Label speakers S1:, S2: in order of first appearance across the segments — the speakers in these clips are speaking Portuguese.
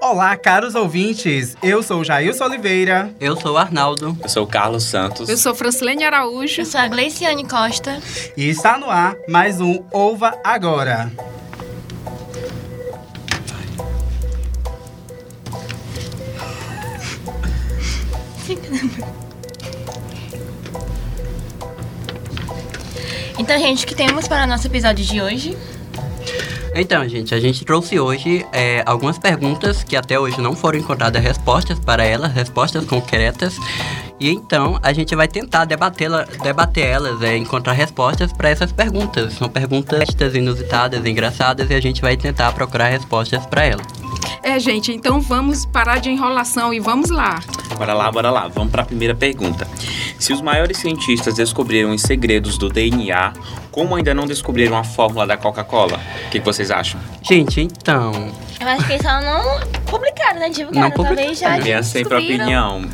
S1: Olá, caros ouvintes. Eu sou o Jailson Oliveira.
S2: Eu sou o Arnaldo.
S3: Eu sou o Carlos Santos.
S4: Eu sou Francilene Araújo.
S5: Eu sou a Gleiciane Costa.
S1: E está no ar mais um Ova Agora.
S5: Então, gente, o que temos para o nosso episódio de hoje?
S2: Então, gente, a gente trouxe hoje é, algumas perguntas que até hoje não foram encontradas respostas para elas, respostas concretas. E então a gente vai tentar debatê-la, debater elas, é, encontrar respostas para essas perguntas. São perguntas inusitadas, engraçadas, e a gente vai tentar procurar respostas para elas.
S4: É, gente, então vamos parar de enrolação e vamos lá.
S3: Bora lá, bora lá. Vamos para a primeira pergunta. Se os maiores cientistas descobriram os segredos do DNA, como ainda não descobriram a fórmula da Coca-Cola? O que, que vocês acham?
S2: Gente, então.
S5: Eu acho que eles só não publicaram, né? Divulgaram,
S2: Não publicaram.
S5: talvez já.
S3: Minha sempre
S4: descobriram.
S3: opinião.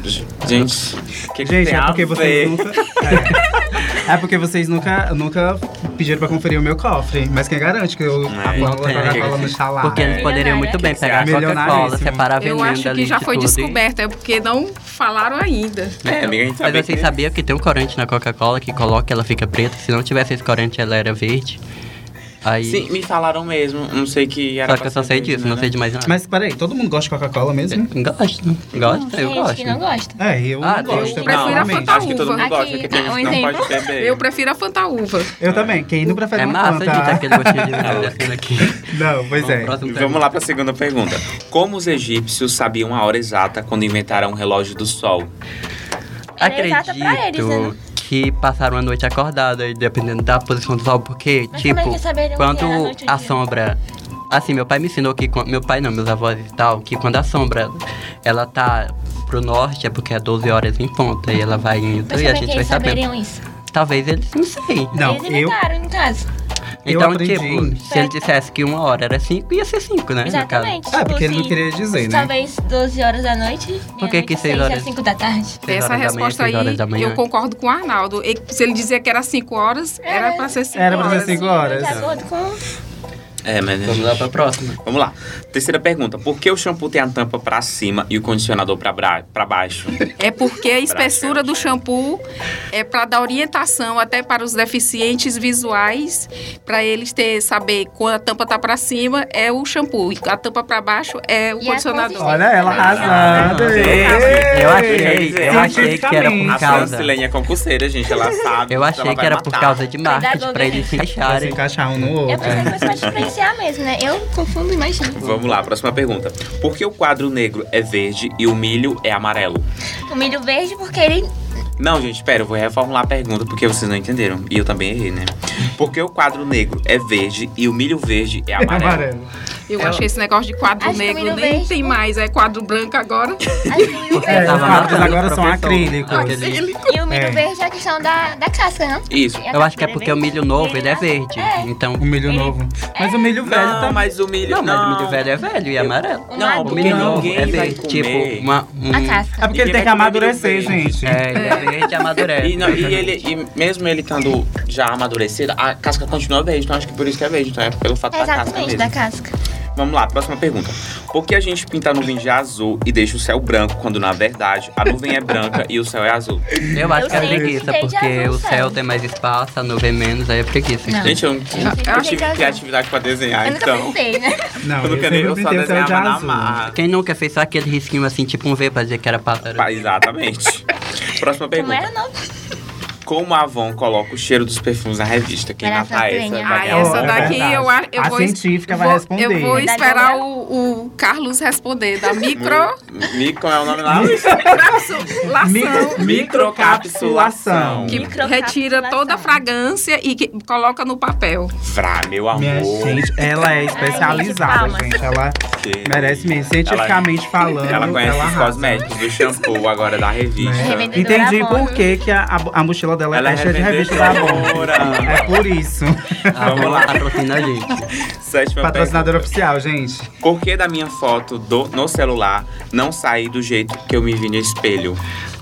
S3: Gente, o que, que
S1: Gente,
S3: tem
S1: é
S3: a
S1: porque
S3: ver?
S1: vocês nunca. É, É porque vocês nunca, nunca pediram pra conferir o meu cofre. Mas quem garante que eu, a
S3: É,
S1: fórmula
S2: tem.
S1: da Coca-Cola É. não está lá?
S2: Porque é. eles poderiam muito bem pegar a Coca-Cola,
S1: Milionaríssimo.
S2: separar Tá a veneno
S4: Eu acho
S2: ali
S4: que já
S2: de
S4: foi
S2: tudo e-
S4: descoberta, é porque não falaram ainda.
S3: É, amiga, a gente
S2: Mas
S3: sabe
S2: vocês
S3: que-
S2: sabiam que tem um corante na Coca-Cola que coloca e ela fica preta? Se não tivesse esse corante, ela era verde. Aí.
S3: Sim, me falaram mesmo. Não sei que era.
S2: só que eu só
S3: pra ser
S2: sei
S3: verde,
S2: disso, não
S3: né?
S2: sei de mais nada.
S1: Mas peraí, todo mundo gosta de Coca-Cola mesmo?
S2: Gosto, né? gosto, eu
S5: gente
S2: gosto.
S5: que não gosta.
S1: É, eu
S2: Ah,
S1: não gosto.
S4: eu prefiro a
S1: realmente.
S4: Fanta
S3: Acho que todo mundo
S5: Aqui,
S3: gosta, que tem
S5: um
S3: gente que não
S5: exemplo.
S3: pode beber.
S4: Eu prefiro a Fanta Uva.
S1: Eu também. Quem não prefere
S2: É
S1: uma
S2: massa,
S1: Fanta?
S2: gente, aquele gostinho de vinagre assim daqui.
S1: Não, pois é.
S2: Próximo tema.
S3: Ah, Vamos lá para a segunda pergunta. Como os egípcios sabiam a hora exata quando inventaram o relógio do sol?
S5: Era é exata pra eles, né,
S2: Acredito
S5: não?
S2: que passaram a noite acordada, e dependendo da posição do sol, porque,
S5: Mas como é
S2: tipo,
S5: que eles saberiam que era
S2: quando
S5: a noite ou
S2: a
S5: dia?
S2: sombra. Assim, meu pai me ensinou que. quan- Meu pai não, meus avós e tal, que quando a sombra ela tá pro norte é porque é 12 horas em ponta e ela vai indo
S5: Mas
S2: e a
S5: como é que
S2: gente vai
S5: eles
S2: sabendo.
S5: saberiam isso?
S2: Talvez eles, não sei.
S1: Não,
S5: eles
S1: eu,
S5: inventaram, no caso.
S1: Eu
S2: Então,
S1: aprendi.
S2: tipo, se ele dissesse que uma hora era cinco, ia ser cinco, né? no caso.
S5: Exatamente.
S1: Ah, porque ele não
S5: se-
S1: queria dizer,
S5: se
S1: né?
S5: Talvez 12 horas da noite.
S2: Por que que
S5: meia-noite,
S2: seis
S5: às
S2: horas?
S5: 5 da tarde.
S2: Seis
S4: Essa
S2: horas da manhã,
S4: resposta
S2: seis horas da
S4: aí,
S2: manhã.
S4: eu concordo com o Arnaldo. E se ele dizia que era 5 horas, era pra ser 5
S1: Era pra ser
S4: horas.
S1: cinco horas.
S5: Assim, De acordo com.
S3: É, mas
S2: Vamos lá pra próxima.
S3: Vamos lá. Terceira pergunta. Por que o shampoo tem a tampa pra cima e o condicionador pra, bra... pra baixo?
S4: É porque a
S1: né?
S4: espessura do shampoo é para dar orientação até para os deficientes visuais, para eles ter saber quando a tampa tá para cima é o shampoo e a tampa para baixo é o
S5: E a
S4: condicionador.
S5: consistência.
S1: Olha ela arrasando.
S3: Sim.
S1: Ei,
S2: Eu achei,
S3: Ei,
S2: eu achei que era
S1: cientificamente.
S2: por
S3: A
S2: causa.
S3: Francilene é concurseira, gente. Ela sabe.
S2: Eu achei
S3: ela
S2: que
S3: vai
S2: era por
S3: matar.
S2: causa de marketing
S5: Pedagogia.
S2: pra eles se
S1: Pra se
S2: acharem.
S1: encaixar um no
S5: É
S1: outro.
S5: porque é coisa pra diferenciar mesmo, né? Eu confundo, imagina.
S3: Vamos lá, próxima pergunta. Por que o quadro negro é verde e o milho é amarelo?
S5: O milho verde, porque ele.
S3: Não, gente, pera, eu vou reformular a pergunta porque vocês não entenderam. E eu também errei, né? Por que o quadro negro é verde e o milho verde é amarelo?
S1: Amarelo.
S4: Eu achei esse negócio de quadro
S5: Acho que
S4: negro
S5: também
S4: nem
S5: não vejo.
S4: tem mais, é quadro branco agora.
S5: Acho que assim, o milho
S2: Porque
S1: É,
S5: verde.
S2: tava
S1: os quadros
S2: matando
S1: agora
S2: o
S1: são
S2: professor.
S1: acrílicos.
S2: Aquele-
S5: E o milho
S1: É.
S5: verde é a questão da, da casca, não?
S3: Isso.
S5: E a
S2: Eu acho que
S5: casca
S2: é
S5: dele
S2: porque o milho novo, ele é verde.
S5: É.
S2: Então.
S1: O Um milho novo. Mas o milho velho
S3: Não,
S1: também.
S3: mas o milho.
S2: Não, mas o milho velho é velho e amarelo.
S5: Não,
S3: Não,
S2: O
S5: porque
S2: milho novo
S3: ninguém
S2: é
S3: vai
S2: verde.
S3: comer.
S2: Tipo, uma. Um,
S5: A casca.
S1: É porque ele tem que
S3: Ninguém vai comer milho
S1: amadurecer,
S3: verde.
S1: gente.
S2: É, ele é verde e amadurece.
S3: E, não, e ele, e mesmo ele estando já amadurecido, a casca continua verde, então acho que por isso que é verde, então é pelo fato da casca
S5: Exatamente,
S3: mesmo.
S5: né, da casca.
S3: Vamos lá, próxima pergunta. Por que a gente pinta a nuvem de azul e deixa o céu branco, quando na verdade a nuvem é branca e o céu é azul?
S2: Eu acho que é
S5: Eu sei que
S2: preguiça,
S5: tem de
S2: porque
S5: azul,
S2: o céu
S5: sério.
S2: tem mais espaço, a nuvem menos, aí é preguiça.
S5: Não.
S3: Gente, eu, eu,
S5: Eu
S3: tive
S5: sei que é
S3: criatividade pra desenhar,
S5: eu nunca
S3: então.
S5: pensei, né?
S1: Não, eu
S3: nunca nem-
S1: sempre pintei o céu de azul.
S3: marra.
S2: Quem nunca fez só aquele risquinho assim, tipo um V pra dizer que era pássaro?
S3: Pa- Exatamente. Próxima
S5: Como é? era
S3: pergunta.
S5: não?
S3: Como a Avon coloca o cheiro dos perfumes na revista? Quem
S5: Era
S3: matar essa? vai
S5: Francilene.
S4: Ah,
S3: ganhar
S1: é
S4: essa
S3: um.
S4: daqui
S1: verdade.
S4: eu acho. Eu
S1: A
S4: vou,
S1: científica vai
S4: vou-
S1: responder. né?
S4: Eu vou
S1: Da
S4: esperar
S5: Dona-
S4: o, o Carlos responder da micro.
S3: Mico é o nome lá?
S4: lação.
S1: Mi- Microcapsulação.
S4: Que
S5: Microcapsulação.
S4: retira toda a fragrância e que coloca no papel.
S3: Vrá, meu amor.
S1: Minha gente, ela é especializada,
S5: palmas.
S1: gente. Ela
S3: Que-
S1: merece mesmo. Cientificamente falando,
S3: Ela conhece os
S1: arrasa.
S3: cosméticos do shampoo agora da revista.
S5: Revendedora
S1: Entendi
S5: Avon.
S1: por que, que a, a, a mochila dela
S3: Ela
S1: é
S3: é
S1: cheia de revista da Avon.
S3: revendedora.
S1: É por isso.
S2: A
S3: Vamos
S2: Avon
S3: lá.
S2: Ah, patrocina a gente.
S3: Sétima
S1: Patrocinador
S3: pergunta.
S1: oficial, gente.
S3: Por que da minha foto do, no celular não saí do jeito que eu me vi no espelho?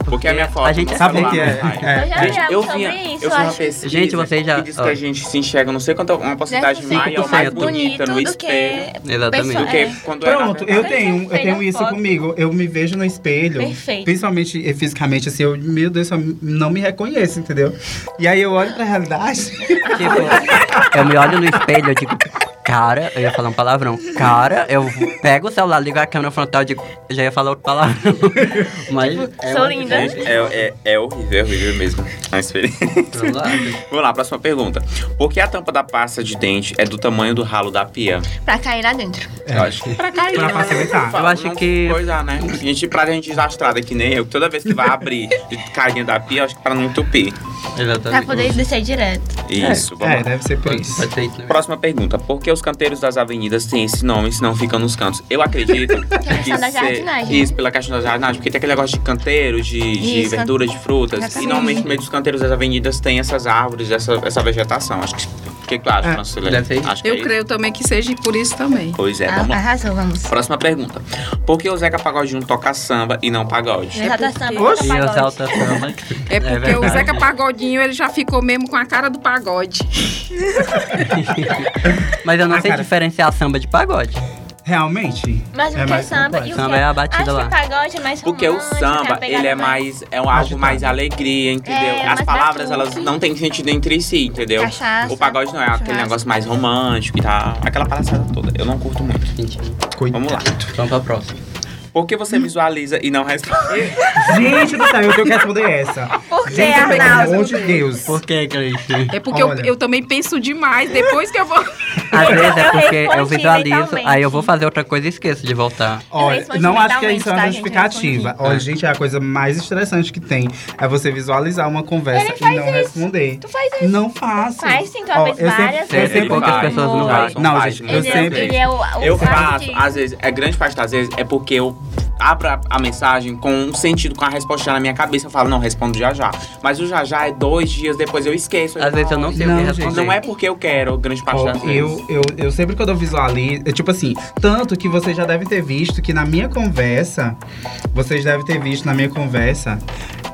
S3: Porque a minha foto
S2: a gente
S3: no
S1: sabe
S3: celular
S1: que é.
S3: não sai.
S1: É.
S5: Eu já
S3: Gente,
S5: vi
S3: eu
S5: algo
S3: vi,
S5: sobre
S3: eu
S5: isso,
S3: vi
S5: eu
S3: uma
S5: acho.
S3: pesquisa
S2: Gente, vocês já-
S3: que diz
S2: ó.
S3: que a gente se enxerga, não sei quanto, uma porcentagem
S5: 10%
S3: maior, mais
S5: assim, mais
S3: bonita no
S5: bonito do
S3: espelho
S5: que...
S2: Exatamente.
S5: pessoa-
S3: do que
S5: é.
S3: quando é na
S1: Pronto,
S3: verdade.
S1: eu
S5: Mas
S1: tenho,
S5: é
S1: eu tenho
S5: feio a
S1: isso
S5: foto.
S1: comigo. Eu me vejo no espelho.
S5: Perfeito.
S1: Principalmente eh, fisicamente, assim, eu, meu Deus, eu não me reconheço, entendeu? E aí eu olho pra realidade.
S2: Tipo, eu me olho no espelho, eu digo, cara, eu ia falar um palavrão. Cara, eu pego o celular, ligo a câmera frontal, eu digo, já ia falar outro palavrão. Mas. é
S5: sou
S2: um-
S5: linda.
S2: é-
S3: É, é, é horrível, é horrível mesmo. A experiência.
S2: Vamos lá.
S3: Vamos lá, próxima pergunta. Por que a tampa da pasta de dente é do tamanho do ralo da pia?
S5: Pra cair lá dentro.
S3: Eu acho que
S1: pra cair. Pra facilitar.
S2: Eu acho
S3: Não
S2: que-
S3: né? Coisa, né? A gente, pra gente desastrada que nem eu, que toda vez que vai abrir de carinha da pia, eu acho que pra não entupir.
S5: Pra
S3: Tá
S2: Exatamente.
S5: poder descer direto.
S3: Isso, vamos
S1: É,
S3: lá.
S1: deve ser por
S2: Pode,
S1: isso.
S2: pode ser isso, né?
S3: Próxima pergunta. Por que os canteiros das avenidas têm esse nome se não ficam nos cantos? Eu acredito que
S5: questão da
S3: se-
S5: jardinagem, né?
S3: Isso, pela questão da jardinagem. Porque tem aquele negócio de canteiros, de, de
S5: Isso.
S3: verduras, de frutas. E
S5: Exatamente.
S3: normalmente no meio dos canteiros das avenidas tem essas árvores, essa, essa vegetação. Acho que... O que tu acha,
S1: É,
S3: Francilene?
S2: deve ser isso.
S3: Acho que é
S4: Eu
S3: isso.
S4: creio também que seja por isso também.
S3: Pois é,
S5: Ah,
S3: vamos lá.
S5: Arrasou, vamos.
S3: Próxima pergunta. Por que o Zeca Pagodinho toca samba e não pagode?
S5: Exalta
S4: porque-
S5: tá samba,
S1: Oxi.
S2: E
S5: Exalta
S2: os
S5: Pagode.
S2: alta samba.
S4: É porque o
S2: verdade.
S4: Zeca Pagodinho, ele já ficou mesmo com a cara do pagode.
S2: Mas eu não
S1: Ah,
S2: sei
S1: cara.
S2: diferenciar samba de pagode.
S1: Realmente.
S5: Mas o que é
S1: mais
S5: samba
S1: complexo.
S5: e o
S2: Samba
S5: que
S2: é a batida
S5: acho que
S2: lá.
S5: o pagode é mais
S3: Porque o
S5: romântico, a
S3: samba,
S5: pegada
S3: ele é mais. É um algo
S1: Agitado.
S3: mais alegria, entendeu?
S5: É,
S3: As
S5: mais
S3: palavras, elas
S5: batuque.
S3: não têm sentido entre si, entendeu?
S5: Cachaça,
S3: o pagode não é aquele
S5: churrasco.
S3: negócio mais romântico e tal. Aquela palhaçada toda. Eu não curto muito.
S2: Gente,
S1: Coitado.
S3: Vamos lá.
S2: vamos pra próxima.
S3: Por que você visualiza e não responde?
S1: Gente do céu, eu tenho que responder essa.
S5: Por que,
S1: Gente, pelo
S5: Arnaldo?
S1: amor de Deus.
S2: Por que, Cleixe?
S4: É porque eu,
S1: Olha.
S4: eu também penso demais depois que eu vou.
S2: Às vezes é
S5: Eu
S2: porque eu
S5: respondi
S2: visualizo,
S5: mentalmente.
S2: aí eu vou fazer outra coisa e esqueço de voltar.
S1: Olha,
S5: respondi
S1: não acho que isso é uma
S5: mentalmente, tá, gente? Eu
S1: justificativa. Olha, gente, é a coisa mais estressante que tem. É você visualizar uma conversa
S5: Ele
S1: e
S5: faz
S1: não
S5: isso.
S1: responder.
S5: Tu faz isso.
S1: Não faço.
S5: Faz sim, tu
S1: Ó,
S5: fez
S1: eu sempre-
S5: várias
S1: eu
S5: vezes.
S2: Tem
S1: sempre-
S2: poucas
S3: É, faz,
S2: pessoas
S5: não
S2: não
S5: faz.
S2: fazem.
S1: Não,
S3: faz,
S1: gente,
S3: mas
S1: eu
S5: Ele é,
S1: sempre.
S5: ele é o, o
S3: Eu
S5: sabe
S3: faço,
S5: de-
S3: às vezes, é grande parte das vezes, é porque eu abro a, a mensagem com um sentido, com a resposta já na minha cabeça. Eu falo, não, respondo já já. Mas o já já é dois dias depois, eu esqueço.
S2: Às vezes eu não sei o
S1: Não,
S2: que
S1: gente,
S2: responder.
S3: Não é porque eu quero, grande parte
S1: Ó,
S3: das vezes.
S1: eu, eu, eu sempre quando eu visualizo, é tipo assim, tanto que vocês já devem ter visto que na minha conversa, vocês devem ter visto na minha conversa,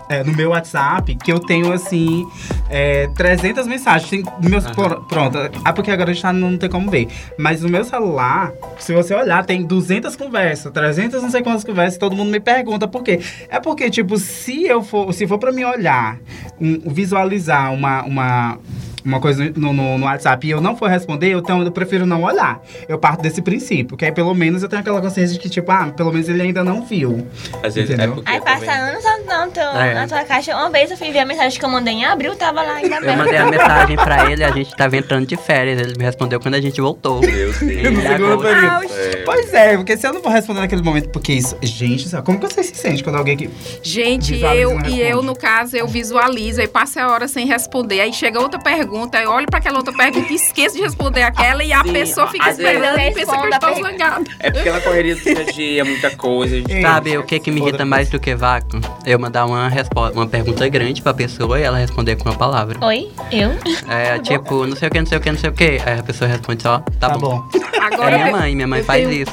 S1: é, no meu WhatsApp, que eu tenho assim, é, 300 mensagens. Tem meus, por- pronto, ah, porque agora a gente tá- não tem como ver. Mas no meu celular, se você olhar, tem 200 conversas, 300 não sei quantas conversas, e todo mundo me pergunta por quê. É porque, tipo, se eu for, se for pra mim olhar, um- visualizar uma, uma, uma coisa no, no, no WhatsApp e eu não for responder, eu, tenho, eu prefiro não olhar. Eu parto desse princípio, que aí pelo menos eu tenho aquela consciência de que, tipo, ah, pelo menos ele ainda não viu.
S3: Às vezes é
S1: Entendeu?
S3: porque.
S5: Aí passa
S3: também-
S5: anos na, na, teu-
S2: É.
S5: na tua caixa. Uma vez eu fui ver a mensagem que eu mandei em abril, tava lá ainda
S2: Eu
S5: bem.
S2: mandei a mensagem pra ele, a gente tava entrando de férias, ele me respondeu quando a gente voltou.
S3: Meu
S2: Eu não
S3: Deus.
S2: sei como eu
S1: faria.
S3: É.
S1: Pois é, porque se eu não vou responder naquele momento, porque isso. Gente, sabe, como que você se sente quando alguém que.
S4: Gente,
S1: Visualiza
S4: eu
S1: e não
S4: e eu,
S1: responde.
S4: no caso, eu visualizo e passo a hora sem responder. Aí chega outra pergunta, eu olho pra aquela outra pergunta e esqueço de responder aquela e a
S3: Sim,
S4: pessoa fica
S3: às vezes-
S4: esperando e pensa que eu
S5: Responda a
S4: estou
S5: pergunta.
S4: zangada.
S3: É porque ela correria do dia a dia, é muita coisa. a gente- tá
S1: Ei,
S2: Sabe o que que me
S1: outra
S2: irrita mais do que vácuo? Eu mandar uma resposta, uma pergunta grande pra pessoa e ela responder com uma palavra.
S5: Oi? Eu?
S4: Ah, tá
S2: É, tipo, não sei o que, não sei o que, não sei o que. Aí a pessoa responde só, tá,
S1: Tá
S2: bom.
S1: bom.
S4: Agora
S2: É minha
S4: eu-
S2: mãe, minha mãe
S4: eu
S2: faz
S4: tenho-
S2: isso.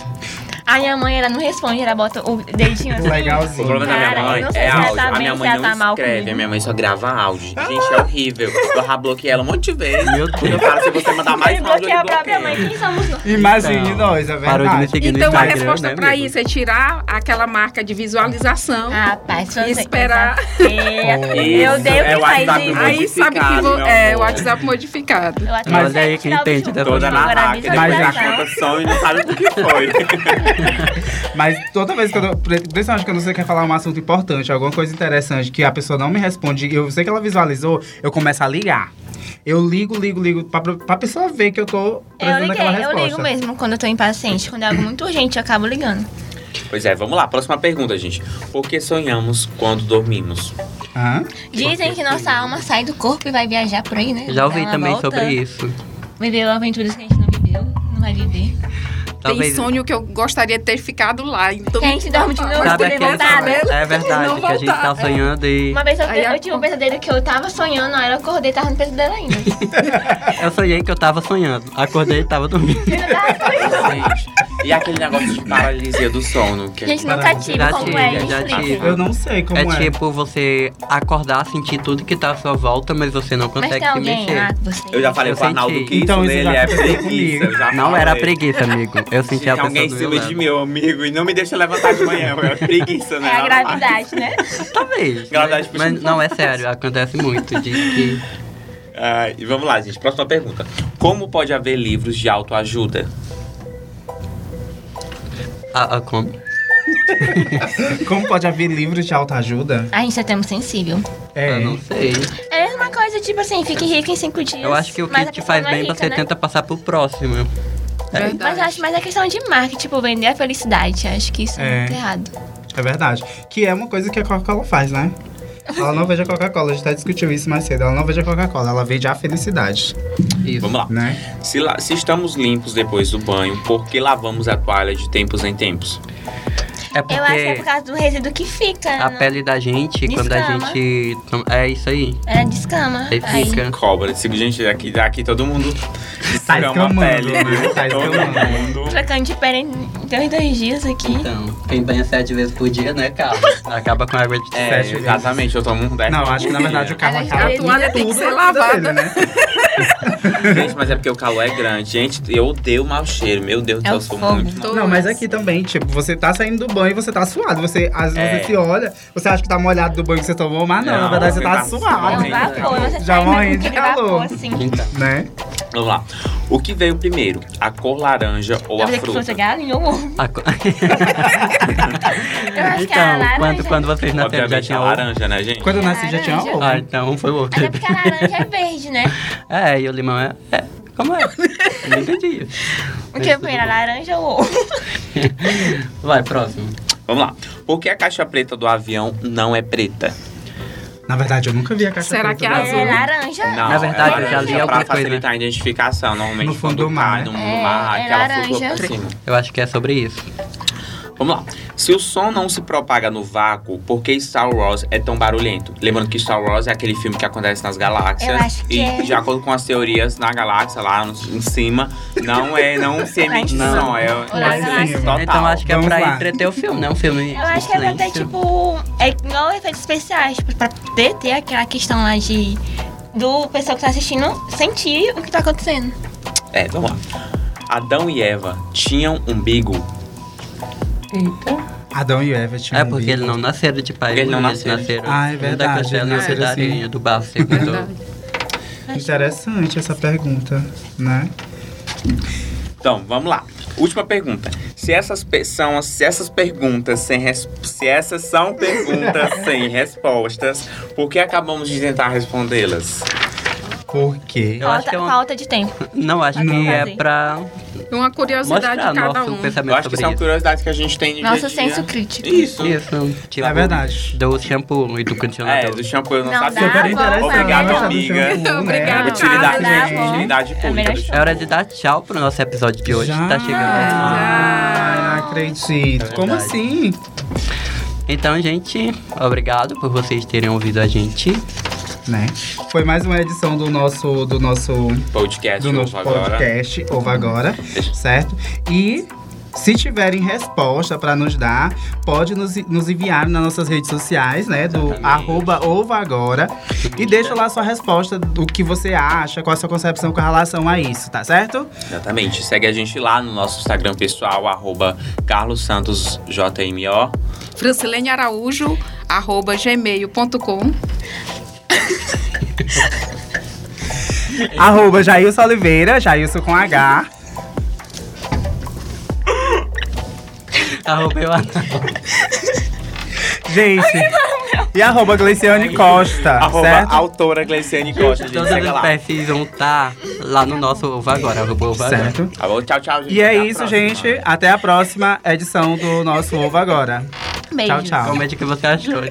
S5: A minha mãe, ela não responde, ela bota o dedinho assim.
S3: O
S1: Tipo, Legalzinho.
S3: problema da minha
S5: Cara,
S3: mãe
S5: eu não sei
S3: é
S5: se ela
S3: áudio.
S5: tá
S3: a
S5: bem,
S3: minha
S5: se
S3: mãe
S5: ela
S3: não
S5: tá mal
S3: escreve,
S5: comigo.
S3: a minha mãe só grava áudio. Gente, é horrível. Eu já bloqueei ela um monte de vezes.
S2: Meu Deus.
S3: Quando eu falo, se você mandar tá mais
S5: Ele
S3: áudio,
S5: bloqueia
S3: eu
S5: a própria mãe.
S3: bloqueio.
S5: Quem somos nós?
S1: Imagine
S2: Então,
S1: nós, é
S2: Parou de me
S1: verdade.
S2: seguir no
S4: Então a
S2: Instagram,
S4: resposta
S2: né,
S4: pra
S2: amigo?
S4: isso é tirar aquela marca de visualização.
S5: Rapaz,
S4: E esperar.
S5: Meu
S3: Isso,
S5: Deus,
S3: é
S5: quem
S3: o
S5: faz
S3: WhatsApp
S5: isso?
S3: mesmo.
S4: Aí sabe que vou,
S3: Modificado,
S4: é
S3: meu
S4: o
S3: amor.
S4: WhatsApp modificado.
S5: Eu acho que
S2: Olha
S5: vai
S2: é aí quem
S5: tirar o
S2: entende né,
S5: bicho
S2: da
S5: do
S3: Toda tá
S5: bicho,
S3: na
S5: agora
S3: raca,
S5: avisa
S1: Mas
S3: depois
S5: pra
S3: a
S1: já-
S5: cá.
S3: conta som e não sabe o que foi.
S1: Mas toda vez que eu. Principalmente quando você quer falar um assunto importante, alguma coisa interessante que a pessoa não me responde, eu sei que ela visualizou, eu começo a ligar. Eu ligo, ligo, ligo, pra, pra pessoa ver que eu tô
S5: Eu
S1: prestando aquela
S5: liguei, eu
S1: resposta.
S5: ligo mesmo quando eu tô impaciente. Quando é algo muito urgente, eu acabo ligando.
S3: Pois é, vamos lá. Próxima pergunta, gente. Por que sonhamos quando dormimos?
S1: Hã?
S5: Dizem que nossa alma sai do corpo e vai viajar por aí, né?
S4: Ah,
S2: Já ouvi
S5: Dá uma
S2: também
S5: volta,
S2: sobre isso.
S5: Viveu aventuras que a gente não viveu, não vai viver.
S4: Tem
S2: Talvez-
S4: sonho que eu gostaria de ter ficado lá. Então,
S5: Que né? a gente dorme de noite,
S2: Sabe
S5: tudo
S2: aquele
S5: voltado.
S4: né?
S2: sonho? É verdade, que a gente tá sonhando e.
S5: Uma vez eu,
S4: Aí
S5: eu
S4: a-
S5: tive um pesadelo que eu tava sonhando, aí eu acordei e tava no pesadelo ainda.
S2: Eu sonhei que eu tava sonhando. Acordei e tava dormindo.
S5: Eu não tava sonhando.
S3: Gente, E aquele negócio de paralisia do sono. Que
S5: Gente, nunca
S1: Parabéns.
S5: tive.
S2: Já
S5: Como
S2: tive, já
S5: é? Me explica.
S2: tive.
S1: Eu não sei como
S2: é,
S1: é.
S2: tipo você acordar, sentir tudo que tá à sua volta, mas você não
S5: Mas
S2: consegue
S5: tem
S2: se
S5: alguém
S2: mexer.
S5: lá que você...
S3: Eu já falei
S2: Eu
S3: pro Arnaldo
S2: senti.
S3: que
S1: Então,
S3: isso
S1: isso
S3: dele
S1: já
S3: é
S1: aconteceu
S3: preguiça. eu já
S2: Não era
S3: falei.
S2: preguiça, amigo. Eu senti
S3: Tinha
S2: a pessoa
S3: alguém em
S2: do
S3: cima
S2: meu
S3: de
S2: lado.
S3: mim, ô amigo, e não me deixa levantar de manhã. Eu era preguiça,
S5: É
S3: né?
S5: a gravidade, né?
S2: Talvez.
S3: Gravidade
S2: Mas, mas não é sério, acontece muito. De que
S3: Ah, e vamos lá, gente. Próxima pergunta. Como pode haver livros de autoajuda?
S2: a, a, como?
S1: Como pode haver livros de autoajuda?
S5: A gente é tempo sensível.
S1: É.
S2: Eu não sei.
S5: É a mesma coisa, tipo assim, fique rico em cinco dias.
S2: Eu acho que o
S5: mas a
S2: que te
S5: pessoa
S2: faz
S5: não é
S2: bem,
S5: rica,
S2: você
S5: né?
S2: tenta passar pro próximo.
S5: Mas eu acho mais a questão de marketing, tipo, vender a felicidade. Eu Acho que isso é,
S1: É.
S5: muito errado.
S1: É verdade. Que é uma coisa que a Coca-Cola faz, né? Ela não vende a Coca-Cola, a gente até discutiu isso mais cedo. Ela não vende a Coca-Cola, ela vende a felicidade,
S2: Isso.
S3: Vamos lá.
S1: né?
S3: Se, la- se estamos limpos depois do banho, por que lavamos a toalha de tempos em tempos?
S2: É porque
S5: Eu acho que é por causa do resíduo que fica. né?
S2: a
S5: não-
S2: pele da gente, quando a
S5: Descama.
S2: gente. toma- É isso aí.
S5: É descama.
S2: Aí fica.
S3: Cobra. Se- Gente, aqui, aqui todo mundo
S1: Tá
S3: escama
S1: escamando,
S3: a pele,
S1: né?
S3: viu?
S1: Tá
S3: todo
S1: escamando.
S3: mundo.
S5: Trocando de pele em dois, dois dias aqui.
S2: Então, quem banha sete vezes por dia, né, cara? Acaba com a água de
S3: É,
S1: Sete
S3: exatamente, eu tomo um 10.
S1: Não, acho que na verdade o carro
S5: Mas a
S1: acaba
S4: toalha
S1: com
S4: é tem que
S1: tudo
S4: ser
S1: na vida
S4: lavada.
S1: né?
S3: Gente, mas é porque o calor é grande. Gente, eu odeio o mau cheiro. Meu Deus do
S5: É
S3: céu, eu
S5: o
S3: sou
S5: fogo.
S3: muito.
S1: Não, mas aqui também, tipo, você tá saindo do banho e você tá suado. Você, às vezes
S3: É.
S1: você se olha, você acha que tá molhado do banho que você tomou, mas não,
S3: Não,
S1: na verdade você
S3: você
S1: tá,
S3: tá
S5: É
S1: suado,
S5: um vapor, você
S1: Já
S5: sai
S1: morri
S5: com
S1: de
S5: aquele vapor,
S1: calor.
S5: assim.
S2: Então,
S1: né?
S3: Vamos lá. O que veio primeiro? A cor laranja ou a
S5: Talvez que fosse
S3: fruta?
S5: galinha ou ovo.
S2: é a co-
S5: Eu acho que é a
S2: então quando,
S5: laranja...
S2: quando vocês nasceram já
S3: Obviamente a
S2: tinha ovo.
S3: laranja, né, gente?
S1: Quando eu nasci já tinha
S5: Laranja.
S1: ovo.
S2: Ah, então foi o ovo.
S5: Até porque a laranja é verde, né?
S2: É, e o limão é. é. Como é? Não entendi.
S5: O que eu primeiro, a laranja ou ovo?
S2: Vai, próximo.
S3: Vamos lá. Por que a caixa preta do avião não é preta?
S1: Na verdade, eu nunca vi a caixa
S4: Será
S1: preta
S4: que é
S1: do
S4: a-
S1: avião.
S5: É laranja.
S3: Não,
S2: Na verdade,
S3: é
S2: eu já li
S3: laranja
S2: alguma
S3: pra
S2: coisa.
S3: facilitar a identificação. Normalmente,
S1: né? No fundo
S3: quando
S1: do mar,
S3: cai No,
S5: né?
S3: no mar,
S5: É, é
S3: aquela
S5: laranja.
S3: flutua pra cima.
S2: Eu acho que é sobre isso.
S3: Vamos lá. Se o som não se propaga no vácuo, por que Star Wars é tão barulhento? Lembrando que Star Wars é aquele filme que acontece nas galáxias.
S5: Eu acho que
S3: e
S5: é.
S3: de acordo com as teorias, na galáxia, lá no- em cima, não é não se emite
S2: Não.
S3: som. É,
S5: Lá
S3: é
S5: em
S3: silêncio
S1: cima.
S3: total.
S2: Então acho que é
S1: Vamos
S2: pra
S1: lá.
S2: entreter o filme, né? Um filme.
S5: Eu acho que é pra ter,
S2: excelente.
S5: tipo. É igual efeitos especiais, tipo, pra ter, ter aquela questão lá de. Do pessoal que tá assistindo sentir o que tá acontecendo.
S3: É, vamos lá. Adão e Eva tinham umbigo.
S1: Adão e Eva tinham um
S2: É, porque
S1: umbigo.
S2: eles não nasceram de pai.
S3: Porque eles não
S2: único,
S3: nasceram.
S1: Ah, é
S2: um
S1: verdade,
S2: Da costela e
S1: eles
S2: outro da
S1: nasceram assim.
S2: areia, do barro, segundo.
S1: Interessante essa pergunta, né?
S3: Então, vamos lá. Última pergunta. Se essas pe- são as- se essas perguntas sem res- se essas são perguntas sem respostas, por que acabamos de tentar respondê-las?
S1: Por quê?
S2: Eu acho
S5: Falta,
S2: que é uma-
S5: falta de tempo.
S2: Não, acho que
S5: Não.
S2: é pra
S4: Uma curiosidade
S2: mostrar
S4: de cada
S2: nosso
S4: um.
S3: Eu
S2: pensamento
S3: acho que
S2: sobre
S3: é são
S2: isso.
S3: curiosidades que a gente tem no
S5: Nosso
S3: dia a dia.
S5: senso crítico.
S3: Isso.
S2: Isso, tipo,
S1: É verdade.
S2: Do shampoo e do
S3: É,
S2: condicionador.
S3: do shampoo eu não,
S5: Não
S3: sabia.
S5: dá, Super
S1: interessante,
S3: Obrigado,
S1: né?
S3: amiga.
S1: Shampoo, né?
S4: Obrigada,
S3: Utilidade,
S5: Tá,
S3: gente.
S5: tá bom.
S3: Utilidade
S5: É melhor
S3: pública. do
S5: shampoo.
S2: É hora de dar tchau pro nosso episódio de hoje.
S1: Já?
S2: Tá chegando.
S4: É,
S2: Ah.
S1: Ai, não acredito.
S2: É
S1: Como
S2: verdade.
S1: assim?
S2: Então, gente, obrigado por vocês terem ouvido a gente.
S1: Né? Foi mais uma edição do nosso do nosso
S3: podcast
S1: do nosso
S3: novo agora.
S1: podcast Ovo Agora, certo? E se tiverem resposta para nos dar, pode nos, nos enviar nas nossas redes sociais, né? Do
S3: Exatamente.
S1: arroba Ovo Agora. E deixa lá sua resposta do que você acha, qual a sua concepção com relação a isso, tá certo?
S3: Exatamente. Segue a gente lá no nosso Instagram pessoal, arroba Carlos Santos JMO.
S4: Francilene Araújo, arroba gmail.com.
S1: Arroba Jailson Oliveira, Jailson com H.
S2: Arroba eu
S1: Gente. E arroba Gleiciane Costa,
S3: Arroba
S1: certo?
S3: autora Gleiciane Costa. Gente,
S2: Todas
S3: segue
S2: as
S3: lá.
S2: perfis vão estar lá no nosso Ovo Agora. Arroba Ovo Agora.
S1: Certo.
S3: Tá bom? Tchau, tchau, gente.
S1: E é
S3: Até a
S1: isso,
S3: próxima.
S1: gente. Até a próxima edição do nosso Ovo Agora.
S5: Beijo.
S1: Tchau, tchau.
S2: Comente o é que você achou.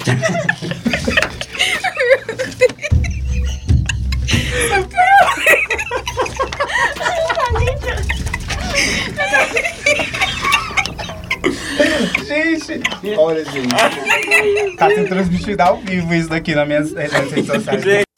S6: Olha, gente.
S1: Tá sendo transmitido ao vivo isso daqui nas minhas nas redes sociais.